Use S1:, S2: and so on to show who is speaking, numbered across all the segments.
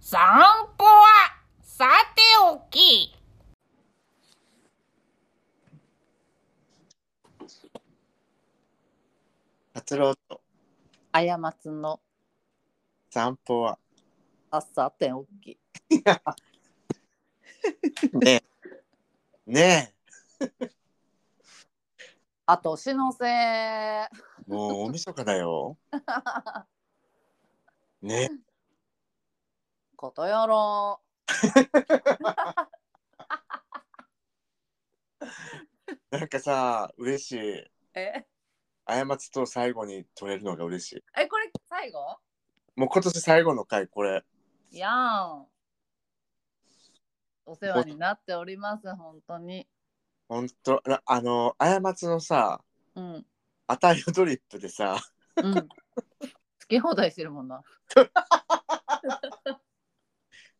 S1: 散歩は、さておき。
S2: 達郎と
S3: あやまつの
S2: 散歩は
S3: 朝天おっきい。
S2: ねえね
S3: あ、年のせい。
S2: えもう大晦日だよねえ
S3: ことよろ。
S2: なんかさ嬉しい
S3: え、
S2: 過ちと最後に取れるのが嬉しい
S3: え、これ最後
S2: もう今年最後の回これ
S3: やん。お世話になっております、本当に。
S2: ほんとなあの過ちのさ
S3: うん。
S2: アタイのドリップでさ
S3: うん。好き放題してるもんな。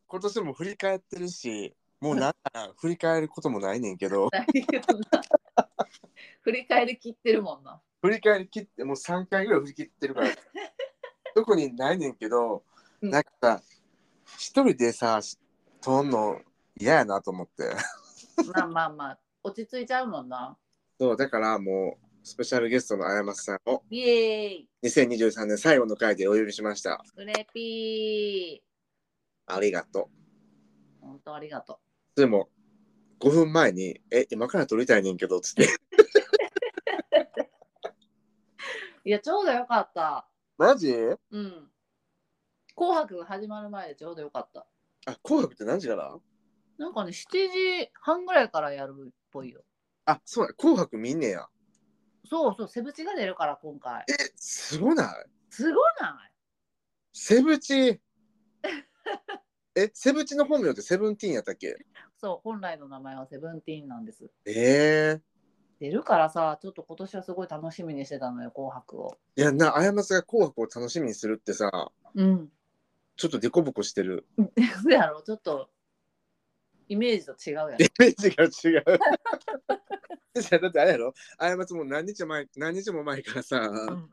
S2: 今年も振り返ってるしもうなんなら振り返ることもないねんけど
S3: ないけどな振り返り切ってるもんな。
S2: 振り返り切ってもう3回ぐらい振り切ってるから特にないねんけど、
S3: うん
S2: なんかさ一人でさし撮んの嫌やなと思って
S3: まあまあまあ、落ち着いちゃうもんな。
S2: そうだからもうスペシャルゲストのあやまつさんを
S3: イエーイ。
S2: 2023年最後の回でお呼びしました
S3: うれぴ
S2: ありがと
S3: ー。本当ありがと
S2: うでも5分前に「え今から撮りたいねんけど」っつって
S3: う。いや、ちょうどよかった。
S2: マジ
S3: うん。紅白が始まる前でちょうどよかった。
S2: あ紅白って何時から
S3: なんかね、7時半ぐらいからやるっぽいよ。
S2: あそうだ紅白見んねや
S3: そうそう、セブチが出るから今回。
S2: えすごない
S3: すごない
S2: セブ チえセブチの本名ってセブンティーンやったっけ
S3: そう、本来の名前はセブンティーンなんです。
S2: ええ
S3: 出るからさ、ちょっと今年はすごい楽しみにしてたのよ、紅白を。
S2: いやな、あやまつが紅白を楽しみにするってさ、
S3: うん。
S2: ちょっとデコボコしてる。
S3: そうやろ、ちょっと、イメージと違うやろ
S2: イ。メージが違 う。いやだってあれやろあやまつも何日前、何日も前からさ、
S3: うん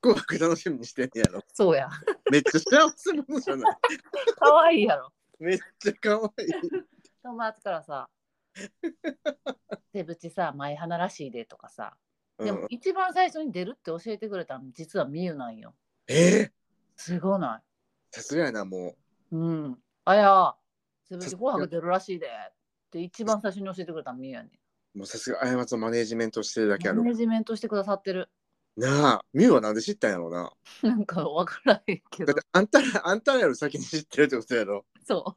S2: 紅白楽しみにしてんねやろ。
S3: そうや。
S2: めっちゃ幸せ者じゃない。
S3: 可愛いやろ。
S2: めっちゃ可愛い。
S3: 友達からさ、セブチさ、舞花らしいでとかさ、
S2: う
S3: で
S2: ん
S3: も、一番最初に出るって教えてくれたの実はみゆなんよ。
S2: え
S3: すごない。
S2: ー、さすがやな、も
S3: うん。あや、セブチ紅白出るらしいでって一番最初に教えてくれたのみゆやねん。
S2: う。もうさすがあやまつのマネージメントしてるだけあ
S3: マネ
S2: る。
S3: ジメントしてくださってる。
S2: なあ、ミュウはなんで知ったんやろうな。
S3: なんかわからへんけ
S2: だ
S3: ど
S2: って。あんたら、あんたらより先に知ってるってことやろ。
S3: そ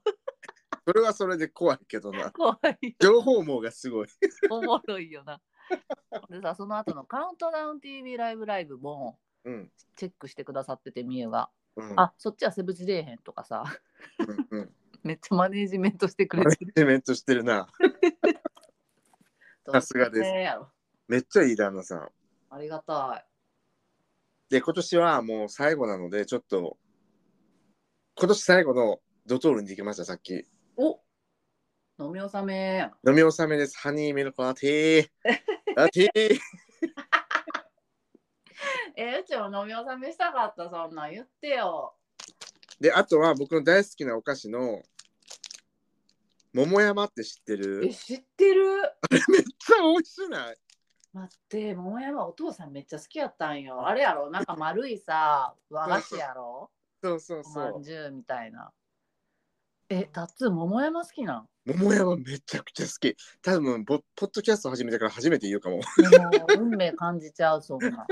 S2: それはそれで怖いけどな
S3: う。。怖い。
S2: 情報網がすごい。
S3: おもろいよな。でさ、その後のカウントダウン TV ライブライブも
S2: うん。
S3: チェックしてくださっててみゆが。
S2: うん、
S3: あ、そっちはセブチ出えへんとかさ。
S2: うんうん。
S3: めっちゃマネージメントしてく
S2: マ
S3: れ
S2: ネ
S3: てる
S2: ジメントしてるな。
S3: と。
S2: さすがです
S3: ねえやろ
S2: めっちゃいい旦那さん。
S3: ありがたい。
S2: で、今年はもう最後なので、ちょっと、今年最後のドトールにできました、さっき。
S3: お飲み納めやん
S2: 飲み納めです。ハニーミルクラティー。ラティー。
S3: えうちも飲み納めしたかったそんなん言ってよ
S2: で、あとは僕の大好きなお菓子の、桃山って知って
S3: え
S2: る
S3: 知ってる
S2: めっちゃ美味しない
S3: 待って桃山お父さんめっちゃ好きやったんよあれやろなんか丸いさ和菓子やろ
S2: そうそう
S3: お
S2: そ
S3: まん
S2: う。
S3: じゅうみたいなえタッツー桃山好きなん
S2: 桃山めちゃくちゃ好き。多分ボ、ポッドキャスト始めてから初めて言うかも。
S3: も う運命感じちゃうそんな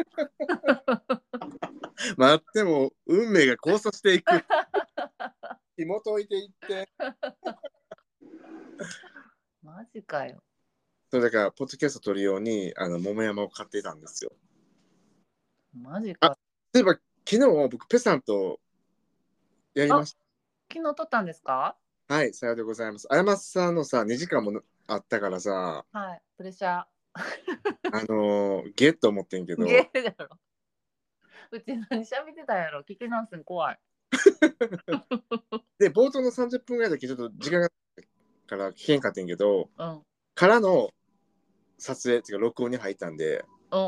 S2: 待っても、運命が交差していく。紐解いていって。
S3: マジかよ
S2: そうだから、ポッドキャスト撮るように、あの、桃山を買っていたんですよ。
S3: マジか
S2: 例えば、昨日僕、ペさんとやりまし
S3: 昨日撮ったんですか
S2: た。はい、さようでございます。あやまさんのさ、2時間もあったから さ、
S3: はいプレッシャー
S2: あのー、ゲッと思ってんけど、
S3: ゲーだろ。うち何喋ってたんやろ聞き直すん怖い。
S2: で、冒頭の30分ぐらいだけちょっと時間がから聞けんかってんけど、
S3: うん。うん
S2: からの撮影っていうか、録音に入ったんで、
S3: うんう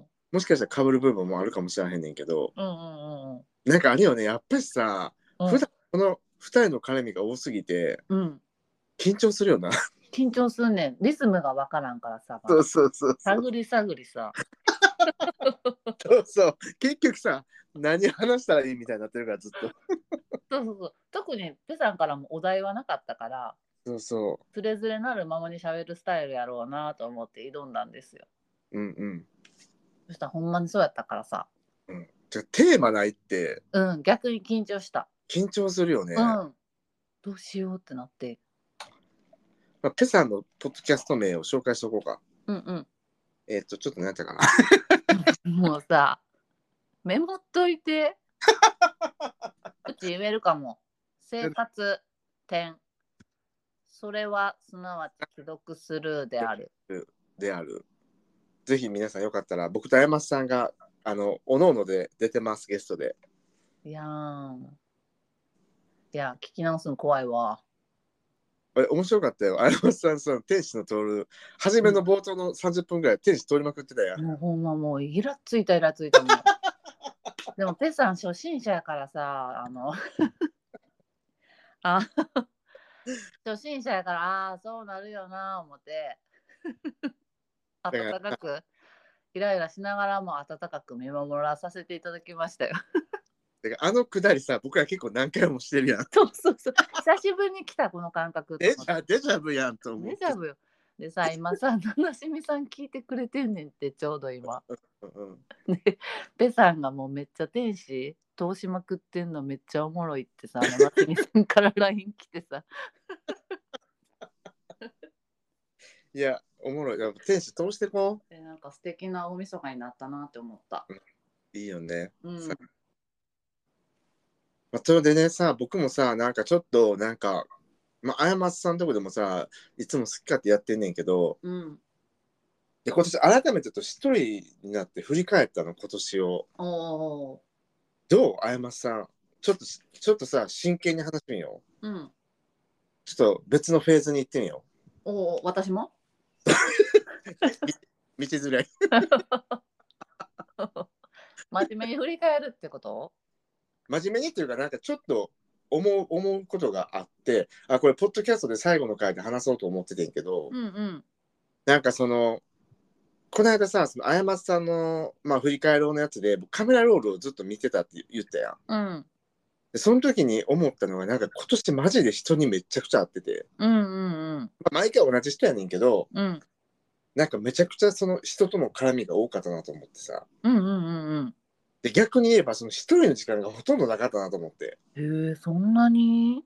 S3: ん。
S2: もしかしたら被る部分もあるかもしれへんねんけど、
S3: うんうんうん
S2: なんかあれよね、やっぱりさ、
S3: うん。
S2: 普段この二人の絡みが多すぎて、
S3: うん。
S2: 緊張するよな。
S3: 緊張すんねん。リズムがわからんからさ。
S2: そうそうそうそう。
S3: 探り探りさ。
S2: そうそう。結局さ、何話したらいいみたいになってるから、ずっと。
S3: そうそうそう。特にペさんからもお題はなかったから、
S2: そうそ
S3: つれづれなるままに喋るスタイルやろうなと思って挑んだんですよ。
S2: う。うんうん。
S3: そしたらほんまにそうやったからさ。
S2: じゃテーマないって、
S3: うん、逆に緊張した。
S2: 緊張するよね。
S3: うん。どうしようってなって。
S2: まあ、ペさんのポッドキャスト名を紹介しておこうか。
S3: うん
S2: えっ、と、ちょっと何やったかな。
S3: うん。 もうさ、メモっといて。うち言えるかも。生活点。それはすなわち既読スルーである。
S2: である。ぜひ皆さんよかったら、僕とあやまさんが、あの、おのおので出てます、ゲストで。
S3: いやーん。いや、聞き直すの怖いわ。
S2: あれ、面白かったよ。あやまさん、その、天使の通る、初めの冒頭の30分ぐらい、天使通りまくってたやん。
S3: もうほんまもうイラついたイラついたもうでもペさん初心者やからさあのあ初心者やからああーそうなるよな思って温かくイライラしながらも温かく見守らさせていただきましたよ
S2: てか、あのくだりさ、僕ら結構何回もしてるやん。
S3: そうそうそう久しぶりに来たこの感覚
S2: デジ
S3: と思っ
S2: ャ、デジャブやんと
S3: て
S2: 思う
S3: デ。ジャブよでさ今さ七しみさん聞いてくれてんねんってちょうど今
S2: うんうん
S3: でペさんがもうめっちゃ天使通しまくってんのめっちゃおもろいってさ七海さんから LINE 来て さ
S2: いや、おもろい。やっぱ天使通してこ
S3: でなんか素敵な大晦日になったなって思った、
S2: う。いいよね。
S3: うん、
S2: さまあ、それでねさ僕もさなんかちょっとなんかまあ、あやまさんとこでもさいつも好き勝手やってんねんけど
S3: うん、
S2: で今年改めてちょっと一人になって振り返ったの今年を
S3: おお
S2: どうあやまさんちょっとちょっとさ真剣に話してみよう
S3: ーうん
S2: ちょっと別のフェーズに行ってみよ
S3: おー私も
S2: う道連れ
S3: 真面目に振り返るってこと
S2: 真面目にっていうかなんかちょっと思う思うことがあってあこれポッドキャストで最後の回で話そうと思っててんけど、
S3: うんうん
S2: なんかそのこの間さそのあやまさんの、まあ、振り返ろうのやつで僕カメラロールをずっと見てたって言ったやん
S3: うん
S2: でその時に思ったのがなんか今年マジで人にめちゃくちゃ会ってて、
S3: うんうん
S2: まあ、毎回同じ人やねんけど
S3: うんうん
S2: なんかめちゃくちゃその人との絡みが多かったなと思ってさ
S3: うんうんうん
S2: で逆に言えばその一人の時間がほとんどなかったなと思って
S3: うんへえそんなに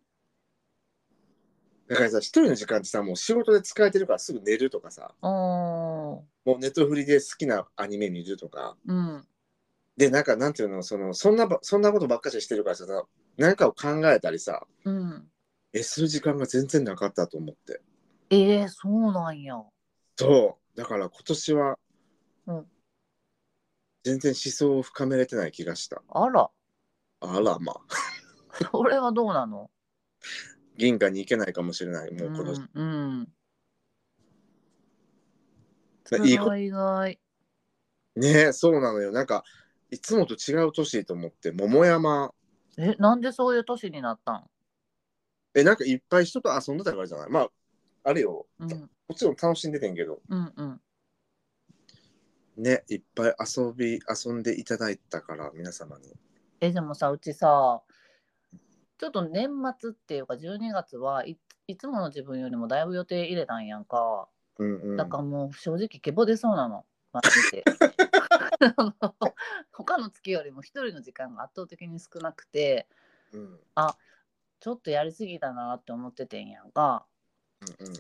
S2: だからさ一人の時間ってさもう仕事で疲れてるからすぐ寝るとかさ
S3: あー
S2: もうネットフリで好きなアニメ見るとか
S3: うん
S2: でなんかなんていうのそのそんなばそんなことばっかりしてるからさなんかを考えたりさ
S3: うん
S2: えする時間が全然なかったと思って
S3: ええそうなんや
S2: そうだから今年は、
S3: うん
S2: 全然思想を深めれてない気がした
S3: あら
S2: あらまあ
S3: それはどうなの
S2: 銀河に行けないかもしれないもうこの、
S3: うん、うん、
S2: まあ
S3: い
S2: い
S3: い
S2: いこ
S3: 意外
S2: ねえそうなのよなんかいつもと違う年と思って桃山
S3: えなんでそういう年になったん、
S2: えなんかいっぱい人と遊んでたからじゃないまああれよ、
S3: うん、うん
S2: もちろん楽しんでてんけど
S3: うん
S2: ねいっぱい遊び遊んでいただいたから皆様に
S3: えでもさうちさちょっと年末っていうか12月はいいつもの自分よりもだいぶ予定入れたんやんか
S2: うんうん
S3: だからもう正直下ボ出そうなのマジであの 他の月よりも一人の時間が圧倒的に少なくて
S2: うんうん
S3: ちょっとやりすぎたなって思っててんやんか
S2: うん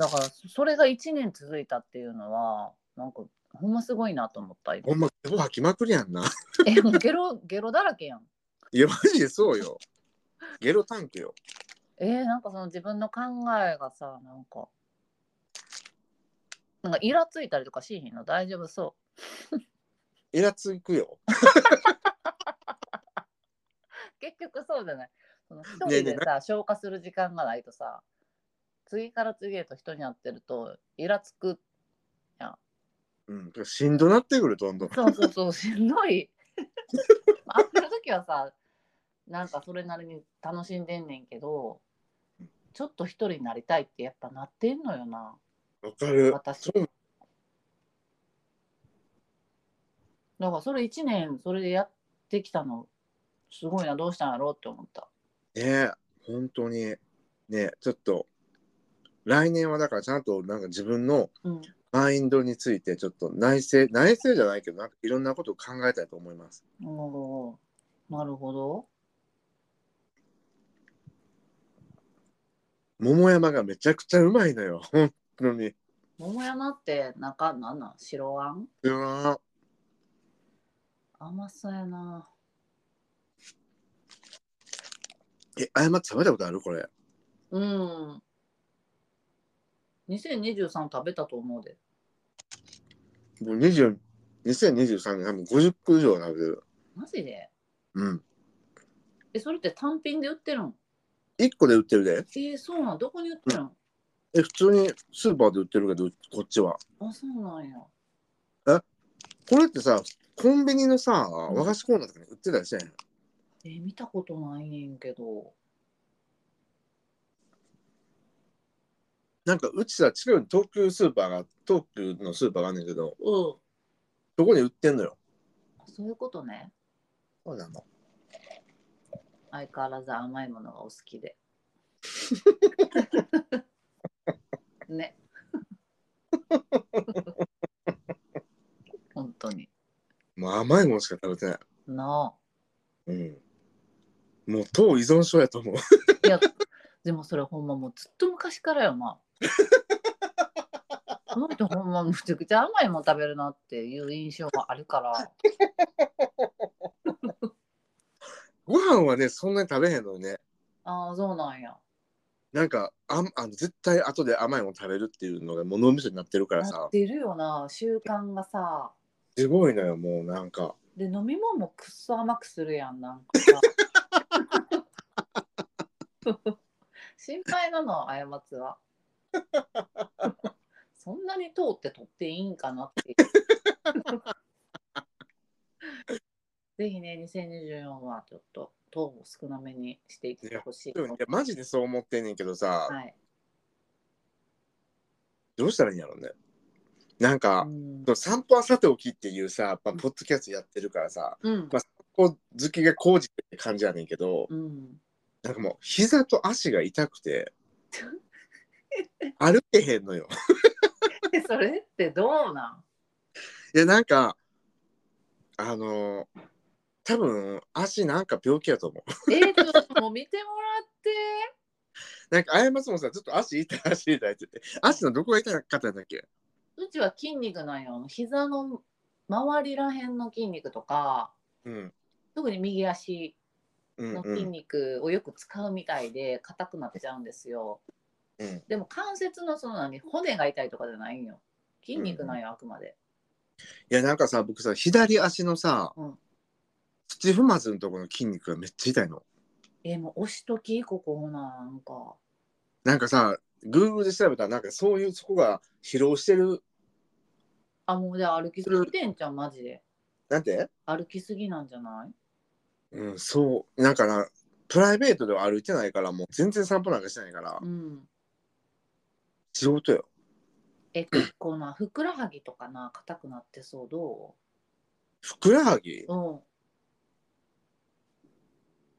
S3: だからそそれが1年続いたっていうのはなんかほんますごいなと思った今
S2: ほんまゲボ吐きまくりやんな
S3: えもうゲロゲロだらけやん
S2: いやマジでそうよゲロタンクよ
S3: えー、なんかその自分の考えがさなんかなんかイラついたりとかしひんの大丈夫そ
S2: イラつくよ
S3: う結局そうじゃないその一人
S2: ねえねえ
S3: でさ消化する時間がないとさ次から次へと人に会ってるとイラつく
S2: うん、しんどなってくるどんどん。
S3: そうそうそうしんどい会ってる時はさなんかそれなりに楽しんでんねんけどちょっと一人になりたいってやっぱなってんのよな
S2: わかる。
S3: 私
S2: そう
S3: だからそれ1年それでやってきたのすごいなどうしたんやろうって思った
S2: ね本当に。ねちょっと、来年はだからちゃんとなんか自分の
S3: うん
S2: マインドについてちょっと内省、内省じゃないけど、なんかいろんなことを考えたいと思います。
S3: おーなるほど
S2: 桃山がめちゃくちゃうまいのよ、本当に。
S3: 桃山って中なんなん白あん
S2: うわ
S3: 甘そうやな
S2: ーえ、あやまって食べたことあるこれ。
S3: うん2023食べたと思うで
S2: もう20 2023年多分50個以上食べてる。
S3: マジで
S2: うん。
S3: えそれって単品で売ってるん
S2: 1個で売ってるで。
S3: えー、そうなんどこに売ってるん、
S2: え、普通にスーパーで売ってるけど、こっちは。
S3: あそうなんや
S2: これってさ、コンビニのさ、
S3: ん
S2: 和菓子コーナーとかに売ってたりしてんやん。
S3: えー見たことないねんけど
S2: なんかうちさ、近くに東急スーパーが、東急のスーパーがあんねんけど、
S3: うん
S2: そこに売ってんのよ。
S3: そういうことね
S2: そうなの。
S3: 相変わらず甘いものがお好き で ね本当に
S2: もう甘いものしか食べてない。
S3: なあ
S2: うん。もう糖依存症やと思う。
S3: いやでもそれほんまもうずっと昔からよな。この人ほんまむちゃくちゃ甘いもん食べるなっていう印象があるから。
S2: ご飯はね、そんなに食べへんのよね。
S3: ああそうなんや。
S2: なんかあんあの絶対後で甘いもの食べるっていうのがもう脳みそになってるから
S3: な
S2: さ
S3: ってるよな習慣がさ。
S2: すごいのよもうなんか
S3: で飲み物もくっそ甘くするやんなんかさ。心配なの過ちは。そんなに通って取っていいんかなっていう。ぜひね、2024はちょっと糖を少なめにしていってほしい
S2: でもいやマジでそう思ってんねんけどさ、
S3: はい。
S2: どうしたらいいんやろうねなん
S3: う
S2: か、
S3: ん
S2: その散歩はさておきっていうさ、まあ、ポッドキャストやってるからさ、
S3: うん
S2: まあ、こう好きが高じてって感じやねんけど
S3: うん。
S2: なんかもう膝と足が痛くて歩けへんのよ
S3: でそれってどうなん
S2: いやなんかあの多分足なんか病気やと思う
S3: えー、ちょっともう見てもらって。
S2: なんか、あやまつもさ、ちょっと足痛い、足痛いって言って、足のどこが痛かったんだっけ
S3: うちは筋肉なんよ。あの膝の周りらへんの筋肉とか、
S2: うん。
S3: 特に右足
S2: うん、
S3: の
S2: う
S3: 筋
S2: ん。
S3: 肉をよく使うみたいで、硬くなっちゃうんですよ。
S2: うん
S3: でも関節のその何骨が痛いとかじゃないんよ。筋肉なんよ、あくまで。
S2: いや、なんかさ、僕さ、左足のさ、
S3: うん
S2: 土踏まずのところの筋肉がめっちゃ痛いの。
S3: えーもう押しとき、ここほな、なんか。
S2: なんかさ、Google で調べたら、なんかそういうそこが疲労してる、
S3: あ、もうじゃあ歩きすぎてんじゃん、マジで。
S2: なんて
S3: 歩きすぎなんじゃない
S2: うん、そう。なんかな、プライベートでは歩いてないから、もう全然散歩なんかしてないから
S3: う、ん。
S2: 仕事よ。
S3: え、結構な、ふくらはぎとかな、硬くなってそう、ど
S2: ふくらはぎ
S3: ううん。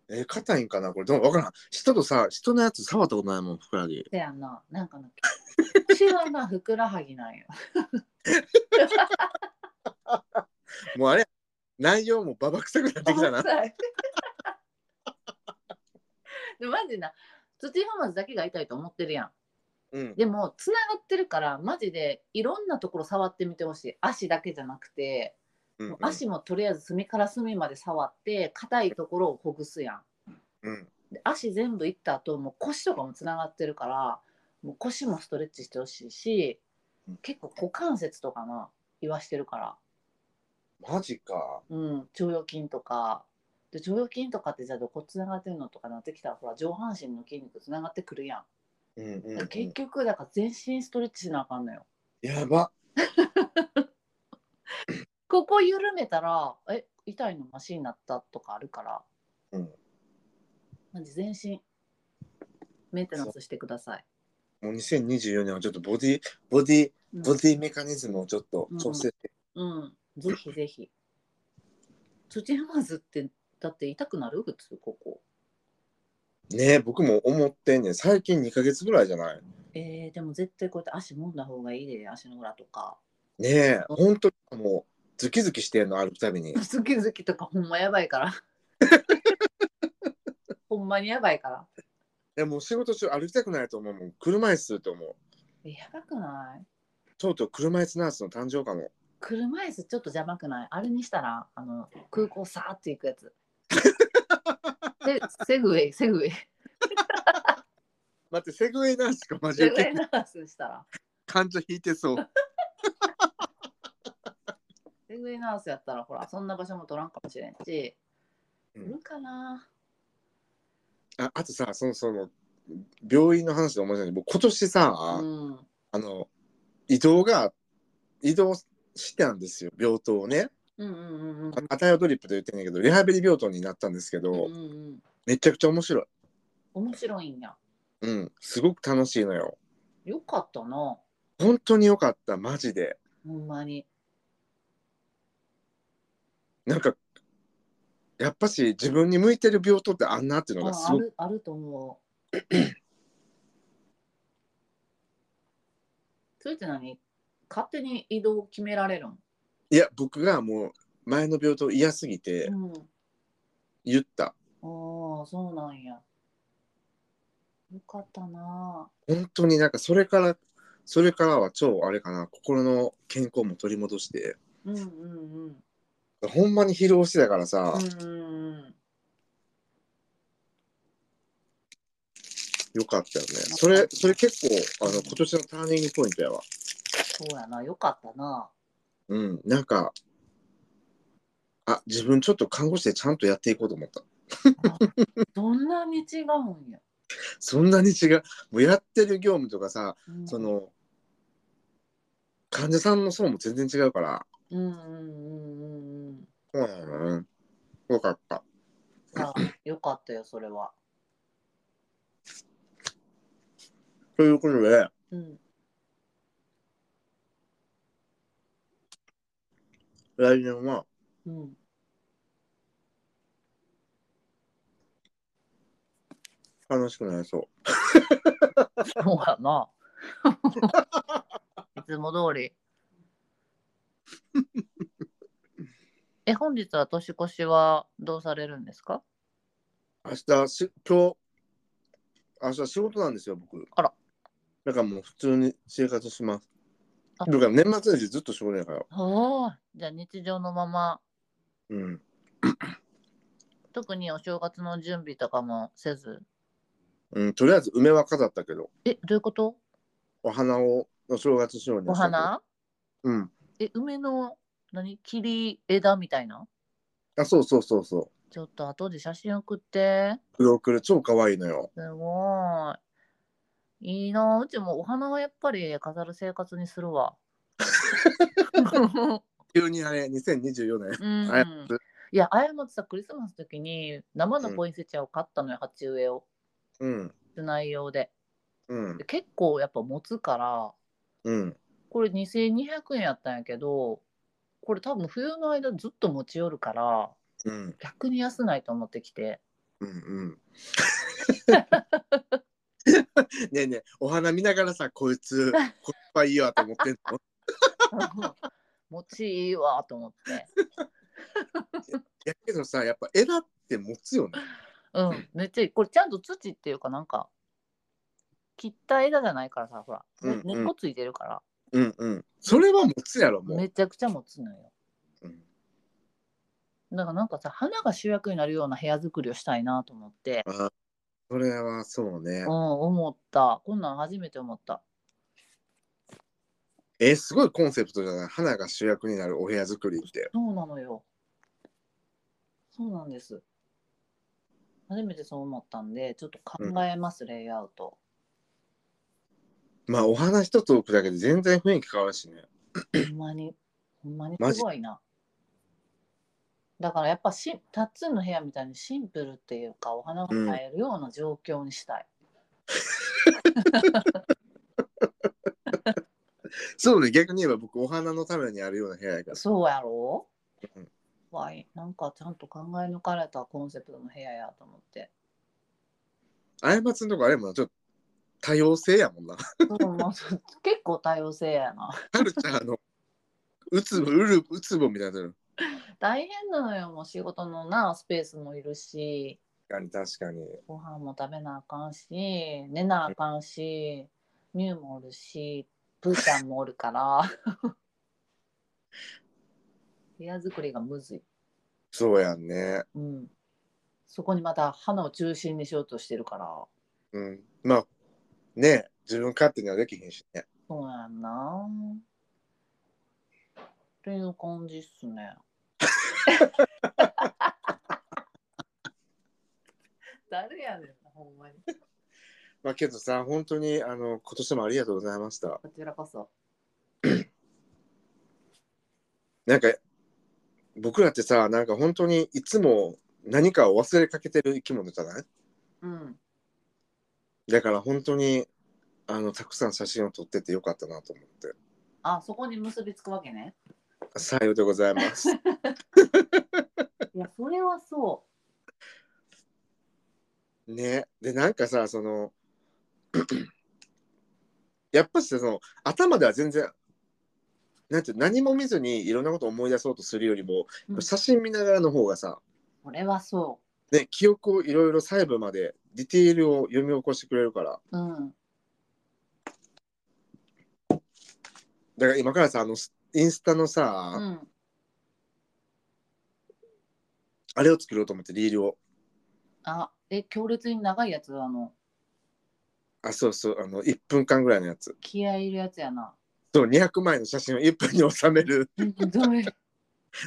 S2: え、硬いんかなこれ、どうわからん。人とさ、人のやつ触ったことないもん、ふくらはぎ。
S3: せやな、なん かな、私はな、ふくらはぎなんよ。
S2: もうあれ、内容もババ臭くなってきたな。
S3: でマジな土踏まずだけが痛いと思ってるや
S2: うん
S3: ん。でもつながってるからマジでいろんなところ触ってみてほしい足だけじゃなくて、
S2: うん
S3: もう足もとりあえず隅から隅まで触って硬いところをほぐすやん
S2: うん、
S3: で足全部いった後もう腰とかもつながってるからもう腰もストレッチしてほしいし
S2: うん
S3: 結構股関節とかな言わしてるから
S2: マジか。
S3: うん、腸腰筋とかで腸腰筋とかってじゃあどこつながってるのとかなってきたらほら上半身の筋肉つながってくるやん、
S2: うんうん
S3: 結局だから全身ストレッチしなあかんのよ
S2: やば。
S3: ここ緩めたらえ痛いのマシになったとかあるから
S2: うん
S3: マジ全身メンテナンスしてください。
S2: もう2024年はちょっとボディ、ボディ、
S3: うん
S2: ボディメカニズムをちょっと調整して、
S3: うん、ぜひぜひ。土踏まずって、だって痛くなる普通、ここ。
S2: ね僕も思ってんねん最近2ヶ月ぐらいじゃない
S3: えー、でも絶対こうやって足揉んだ方がいいで、足の裏とか。
S2: ねえ、本当にもう、ズキズキしてんの、歩くた びに。
S3: ズキズキとかほんまやばいから。 ほんまにやばいから。
S2: でもう仕事中歩きたくないと思うもん。車椅子と思う。
S3: えやばくない
S2: とうとう車椅子ナースの誕生かも。
S3: 車椅子ちょっと邪魔くないあれにしたら、あの、空港さーって行くやつ。セセグウェイ、セグウェイ。
S2: 待って、セグウェイナースか、マジ
S3: セグウ
S2: で
S3: ェイ。ナースしたら。
S2: 感情引いてそう。
S3: セグウェイナースやったら、ほら、そんな場所も取らんかもしれんし。
S2: う
S3: うんるかな
S2: ああとさ、そのその、病院の話で思い出したけど僕今年さ、
S3: うん。
S2: あの、移動が、移動したんですよ、病棟をね。
S3: うんうんうんうん
S2: ああたよドリップと言ってんねんけど、リハビリ病棟になったんですけ
S3: うん
S2: ど、
S3: うんうん。
S2: めちゃくちゃ面白い。
S3: 面白いんや。
S2: うん、すごく楽しいのよ。
S3: よかったな。
S2: 本当に良かった、マジで。
S3: ほんまに。
S2: なんか、やっぱし自分に向いてる病棟ってあんなっていうのが
S3: あ
S2: す
S3: あ
S2: ごく、
S3: るあると思う。 それって何勝手に移動を決められるん、
S2: いや、僕がもう前の病棟嫌すぎて
S3: うん、
S2: 言った。
S3: ああ、そうなんや。よかったな。
S2: 本当になんかそれから、それからは超あれかな、心の健康も取り戻して、
S3: うんうんうん。
S2: ほんまに疲労してたからさ
S3: う、んうん
S2: 良かったよね。それ、それ結構、あの、今年のターニングポイントやわ。
S3: そうやな。よかった な。
S2: うん、なんか、あ、自分ちょっと看護師でちゃんとやっていこうと思った。
S3: どんなに違うんや。
S2: そんなに違う。もうやってる業務とかさ、
S3: うん
S2: その患者さんの層も全然違うから。
S3: うんうんうんうんうん。
S2: そうなのね。よかった。
S3: あよかったよ、それは。
S2: ということで、
S3: うん。
S2: 来年は
S3: うん。
S2: 楽しくなりそ
S3: そうやな。いつも通 り。え、本日は年越しはどうされるんですか
S2: う。明日し、今日、明日仕事なんですよ、僕。
S3: あら。
S2: だからもう普通に生活します。
S3: あ
S2: だから年末年始ずっと仕事やから。
S3: はあ、じゃあ日常のまま、
S2: うん。
S3: 特にお正月の準備とかもせず。
S2: うん、とりあえず梅は飾ったけど、
S3: え、どういうこと
S2: お花をお正月仕様に
S3: お
S2: したけど
S3: 花
S2: うん。
S3: え、梅の何切り枝みたいな
S2: あ、そうそうそうそう。
S3: ちょっと後で写真送って。
S2: 黒くる超可愛いのよ。
S3: すごい。いいなあうちもお花はやっぱり飾る生活にする わ。
S2: 急にあれ、2024年。
S3: うん
S2: あやっぱ
S3: いや、あやまつさ、クリスマスの時に生のポインセチアを買ったのよ、鉢植えを。
S2: うん。
S3: 内容で。
S2: うん
S3: で。結構やっぱ持つから、
S2: うん。
S3: これ2200円やったんやけど、これ多分冬の間ずっと持ち寄るから、
S2: うん。
S3: 逆に安ないと思ってき て。
S2: う んうん。ねえねえ、お花見ながらさ、こ いつ、こっぱいいわと思ってんの。
S3: 持ちいいわと思って。
S2: やけどさ、やっぱ枝って持つよね。
S3: うん、めっちゃいい。これちゃんと土っていうかなんか、切った枝じゃないからさ、ほら、ね
S2: うんうん
S3: 根っこついてるから、
S2: うんうん。それは持つやろ、もう。
S3: めちゃくちゃ持つのよ。
S2: うん
S3: だからなんかさ、花が主役になるような部屋作りをしたいなと思って、
S2: あそれはそうね
S3: うん、。思った。こんなん初めて思った。
S2: えすごいコンセプトじゃない。花が主役になるお部屋作りって。
S3: そうなのよ。そうなんです。初めてそう思ったんで、ちょっと考えます、レイアウト。
S2: まあ、お花一つ置くだけで全然雰囲気変わるしね。
S3: ほんまに、ほんまに
S2: マジ
S3: すごいな。だからやっぱしタッツンの部屋みたいにシンプルっていうかお花が生えるような状況にしたい、
S2: そうね、逆に言えば僕、お花のためにあるような部屋やから。
S3: そうやろう
S2: うん、
S3: わいなんかちゃんと考え抜かれたコンセプトの部屋やと思って
S2: あやまつんとこあれもんなちょっと多様性やも んな。
S3: そうもう結構多様性やな
S2: カルチャーの、うつぼ、うる、うつぼみたいなの。
S3: 大変なのよもう仕事のなスペースもいるし
S2: 確かに、確かに。
S3: ご飯も食べなあかんし寝なあかんしミュウもおるしプーちゃんもおるから 部屋作りがむずい、
S2: そうやんね。
S3: うん、そこにまた花を中心にしようとしてるから
S2: うん。まあ、ね自分勝手にはできへんしね。
S3: そうやんなっていう感じっすね 誰やねんなほんまに
S2: まあ、けどさ、本当に、あの、今年もありがとうございました。
S3: こちらこそ
S2: なんか、僕らってさ、なんか本当にいつも何かを忘れかけてる生き物じゃない
S3: うん
S2: だから本当に、あの、たくさん写真を撮っててよかったなと思って。
S3: あそこに結びつくわけね
S2: さようでございます。
S3: いや、それはそ
S2: ねでなんかさそのやっぱしさその頭では全然なんていう何も見ずにいろんなことを思い出そうとするよりも、
S3: うん
S2: 写真見ながらの方がさ、
S3: う。それはそ
S2: ね、記憶をいろいろ細部までディテールを読み起こしてくれるから
S3: う。うん。
S2: だから今からさあのインスタのさ、
S3: うん。
S2: あれを作ろうと思ってリールを
S3: あ、え、強烈に長いやつ、あの、
S2: あそうそうあの1分間ぐらいのやつ
S3: 気合い入れるやつやな。
S2: そう200枚の写真を1分に収める
S3: ど れ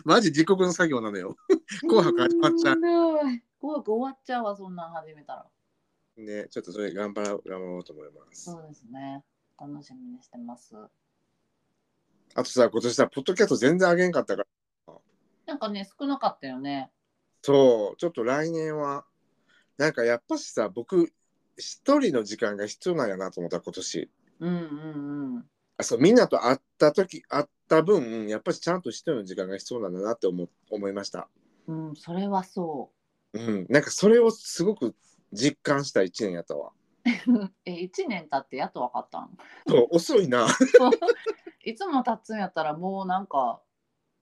S2: マジ地獄の作業なのよ紅白始まっちゃう
S3: うん紅白終わっちゃうわ、そんなん始めたら。
S2: ねちょっとそれ頑張ろう頑張ろうと思います
S3: そうですね。楽しみにしてます。
S2: あとさ、今年さ、ポッドキャスト全然あげんかったから、
S3: なんかね、少なかったよね。
S2: そう、ちょっと来年は、なんかやっぱしさ、僕、一人の時間が必要なんやなと思った、今年。
S3: うんうんうん。
S2: あそう、みんなと会った時、会った分、やっぱしちゃんと一人の時間が必要なんだなって思思いました。
S3: うん、それはそ
S2: うん、なんかそれをすごく実感した一年やったわ。
S3: う。 え、1年経ってやっと分かったん
S2: そう、遅いな。
S3: いつも経つんやったら、もうなんか、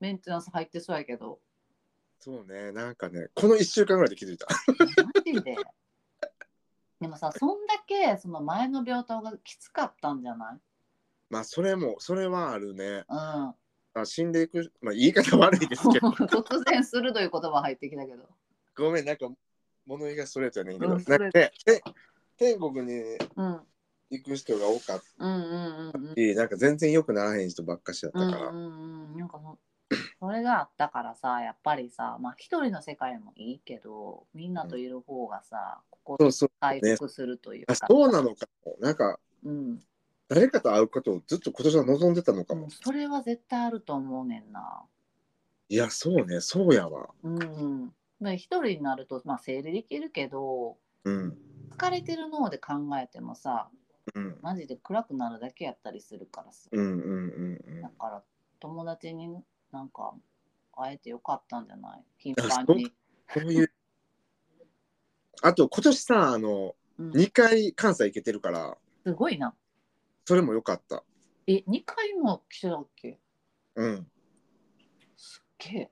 S3: メンテナンス入ってそうやけど。
S2: そうね、なんかね、この1週間ぐらいで気づいた。
S3: マジ で。でもさ、そんだけその前の病棟がきつかったんじゃない
S2: まあ、それも、それはあるね。
S3: うん。
S2: あ死んでいく、まあ、言い方悪いですけど、
S3: 突然鋭い言葉入ってきたけど。
S2: ごめん、なんか、物言いがストレートやねんけど、
S3: うん
S2: なんかね、て天国に
S3: うん。うん
S2: 行く人が多かっ
S3: うんうんうん。
S2: たし、なんか全然良くならへん人ばっかしだった
S3: うん
S2: から、
S3: うんうん。なんかそそれがあったからさ、やっぱりさ、まあ一人の世界もいいけど、みんなといる方がさ、こ
S2: そ
S3: こ
S2: うそう、
S3: 回復するというか。
S2: あそうなのかも、なんか、
S3: うん。
S2: 誰かと会うことをずっと今年は望んでたのか
S3: う
S2: も。
S3: んそれは絶対あると思うねんな。
S2: いや、そうね、そうやわ。
S3: うん。まあ一人になると、まあ整理できるけど、
S2: うん、
S3: 疲れてる脳で考えてもさ
S2: うん、
S3: マジで暗くなるだけやったりするからさ
S2: うん、うん、うん
S3: だから友達になんか会えてよかったんじゃない頻
S2: あ
S3: 繁
S2: そう
S3: に、
S2: うん。こういう。あと、今年さ、あの、
S3: うん、
S2: 2回関西行けてるから、
S3: すごいな
S2: それも良かった。
S3: え2回も来てたっけ
S2: うん。
S3: すっげえ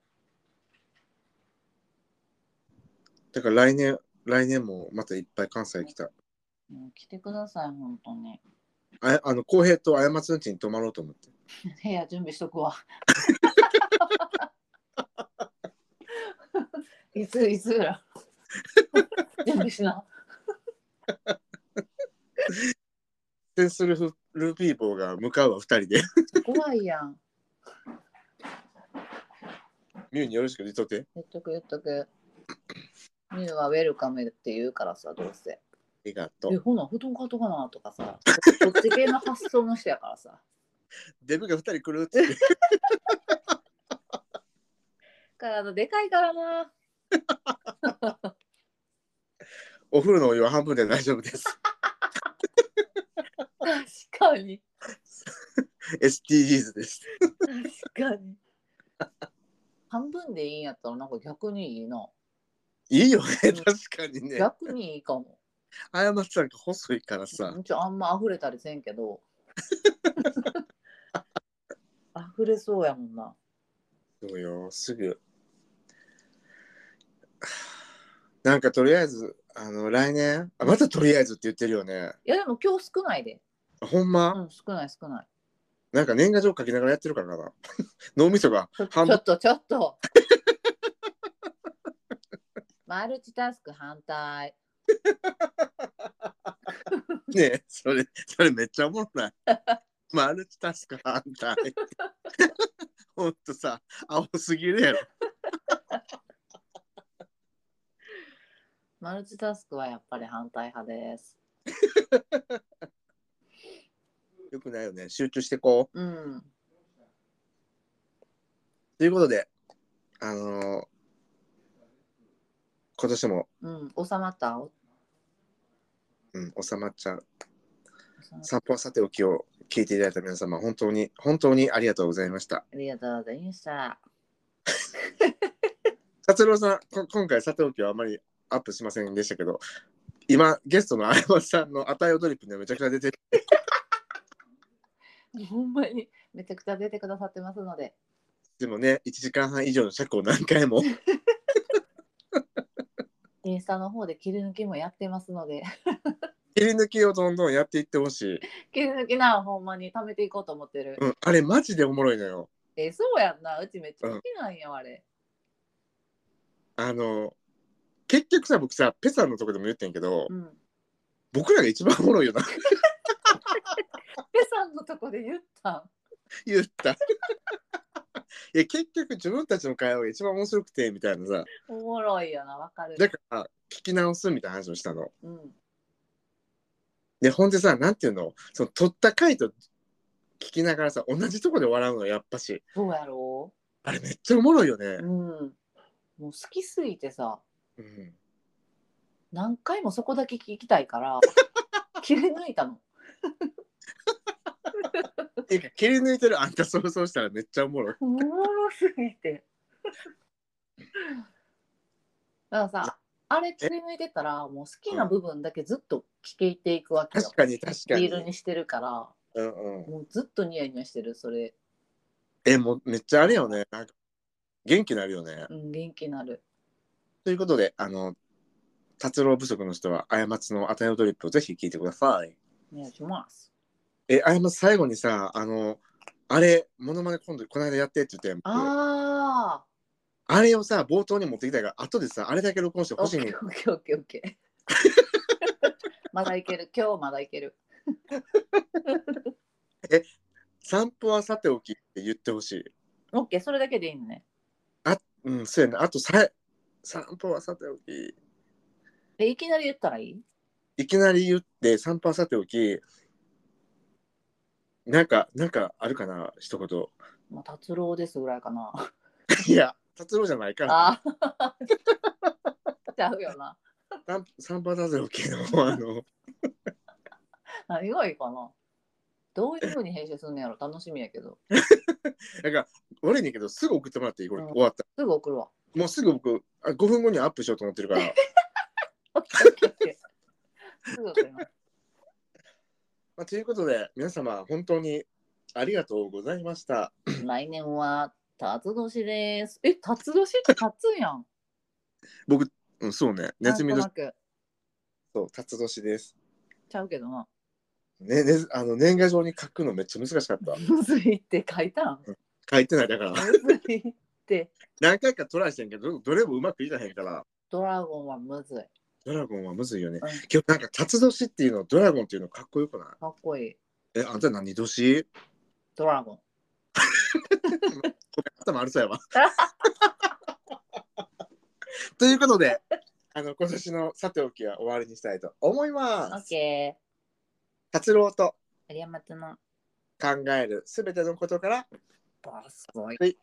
S2: だから来年、来年もまたいっぱい関西来た。
S3: もう来てください本当に
S2: あやあの、浩平と過ちの家に泊まろうと思って。
S3: 部屋準備しとく わいついつぐら い準備しな
S2: センスルフルピーボーが向かうわ、2 人で。
S3: 怖いやん
S2: ミュウによろしく言っとって。
S3: 言っとく言っとく。ミュウはウェルカムって言うからさ、どうせ。
S2: ありがと
S3: え、
S2: う。
S3: ほな、布団買っとかなとかさ、こっち系の発想の人やからさ。
S2: デブが2人来るって。
S3: 体でかいからな。
S2: お風呂のお湯は半分で大丈夫です。
S3: 確かに。
S2: SDGs です。
S3: 確かに。半分でいいんやったら、なんか逆にいいな。
S2: いいよね、確かにね。
S3: 逆にいいかも。
S2: 過ちなんか細いからさ。
S3: うちあんま溢れたりせんけど。 溢れそうやもんな。
S2: そうよ、すぐ。 なんかとりあえず、あの、来年、あまたとりあえずって言ってるよね。
S3: いや、でも今日少ないで。
S2: ほんま、
S3: うん、少ない少ない。
S2: なんか年賀状書きながらやってるからかな。 脳みそが
S3: ちょち
S2: 半
S3: ょ
S2: 分
S3: っ。とちょっと。 マルチタスク反対。
S2: ねえそれ、それめっちゃおもろ ない。マルチタスク反対。 ほんとさ、青すぎるやろ。
S3: マルチタスクはやっぱり反対派です。
S2: よくないよね。集中してこう。
S3: うん。
S2: ということで、あのー今年も、
S3: うん。収まった
S2: うん、収まっちゃう。
S3: 収まった
S2: 散歩はさておきを聞いていただいた皆様、本当に、本当にありがとうございました。
S3: ありがとうございました。
S2: 達郎さん、こ今回さておきはあまりアップしませんでしたけど、今、ゲストの相葉さんの値をドリップにめちゃくちゃ出てる。
S3: ほんまにめちゃくちゃ出てくださってますので。
S2: でもね、1時間半以上の尺を何回も。
S3: インスタの方で切り抜きもやってますので、
S2: 切り抜きをどんどんやっていってほしい。
S3: 切り抜きな、ほんまに貯めていこうと思ってる。
S2: うん、あれマジでおもろいのよ。
S3: え、そうやんな、うちめっちゃ好きなんや、あれ。
S2: あの、結局さ、僕さ、ペさんのとこでも言ってんけど、
S3: うん。
S2: 僕らが一番おもろいよな、
S3: ペさんのとこで言ったん。
S2: 言った。いや、結局自分たちの会話が一番面白くて、みたいなさ、
S3: おもろいよな、わかる。
S2: だから、聞き直すみたいな話をしたの。
S3: うん。
S2: で、ほんでさ、なんていうの、その、撮った回と聞きながらさ、同じとこで笑うの、やっぱし。
S3: そうやろ
S2: あれめっちゃおもろいよね
S3: う。。うん。もう好きすぎてさ、
S2: うん。
S3: 何回もそこだけ聞きたい から、切り抜いたの。
S2: てか、切り抜いてるあんた想像したらめっちゃおもろい。
S3: おもろすぎて。だからさ、あれ切り抜いてたら、もう好きな部分だけずっと聞いていくわけよ
S2: 確。かに確か
S3: リ
S2: に
S3: ー。ルにしてるから、
S2: うんうん。
S3: もうずっとニヤニヤしてる、それ。
S2: え、もうめっちゃあれよね。なんか元気になるよね。
S3: うん、元気になる。
S2: ということで、あの、達郎不足の人は、あやまつのあたよドリップをぜひ聞いてください。
S3: お願いします。
S2: え、あやまつ最後にさ、あの、あれ、モノマネ今度、この間やってって言ってあ
S3: ああ。
S2: あれをさ、冒頭に持ってきたから、後でさ、あれだけ録音して
S3: オ
S2: ほ
S3: ッ
S2: しい
S3: ケ
S2: ねん
S3: ーオッケーオッケーオッケー。まだいける。 今日まだいける。
S2: 散歩はさておきって言ってほしい。
S3: オッケー、それだけでいいのね。
S2: うん、そうやな。あとさ、散歩はさておき。
S3: え、いきなり言ったらいい
S2: いきなり言って、散歩はさておき。なんか、なんかあるかな、一言。
S3: まあ、達郎ですぐらいかな。
S2: いや、達郎じゃないから。
S3: ああ。 ちゃうよな。
S2: サンサンパだぜオケのあの
S3: 何がいいかな。どういうふうに編集するのやろ楽しみやけど。
S2: なんか悪いねんけどすぐ送ってもらっていいこれ、
S3: うん
S2: 終わった
S3: すぐ送るわ。
S2: もうすぐ僕あ5分後にはアップしようと思って るから
S3: オッケーオッケーオッケーす ぐ送ります。
S2: まあということで皆様本当にありがとうございました
S3: 来年は、辰年です。え、辰年って辰や ん。
S2: 僕、うん、そうねネズミ
S3: な
S2: の
S3: んとなく
S2: そう辰年です
S3: ちゃうけどな。
S2: ねねあの年賀状に書くのめっちゃ難しかった
S3: むずいって書いたん。
S2: 書いてないだから
S3: むずいって。
S2: 何回かトライしてんけどどれもうまくいかへんから
S3: ドラゴンはむずい。
S2: ドラゴンはむずいよね
S3: うん
S2: 今日なんか辰年っていうのドラゴンっていうのかっこよくない
S3: かっこいい。
S2: えあんた何年
S3: ドラゴン。
S2: 頭あるそうやわ ということで、あの今年のさておきは終わりにしたいと思い
S3: オ
S2: ま
S3: ッ
S2: す。
S3: ケ
S2: 達郎と
S3: ー。有山との
S2: 考えるすべてのことから
S3: バスボイ。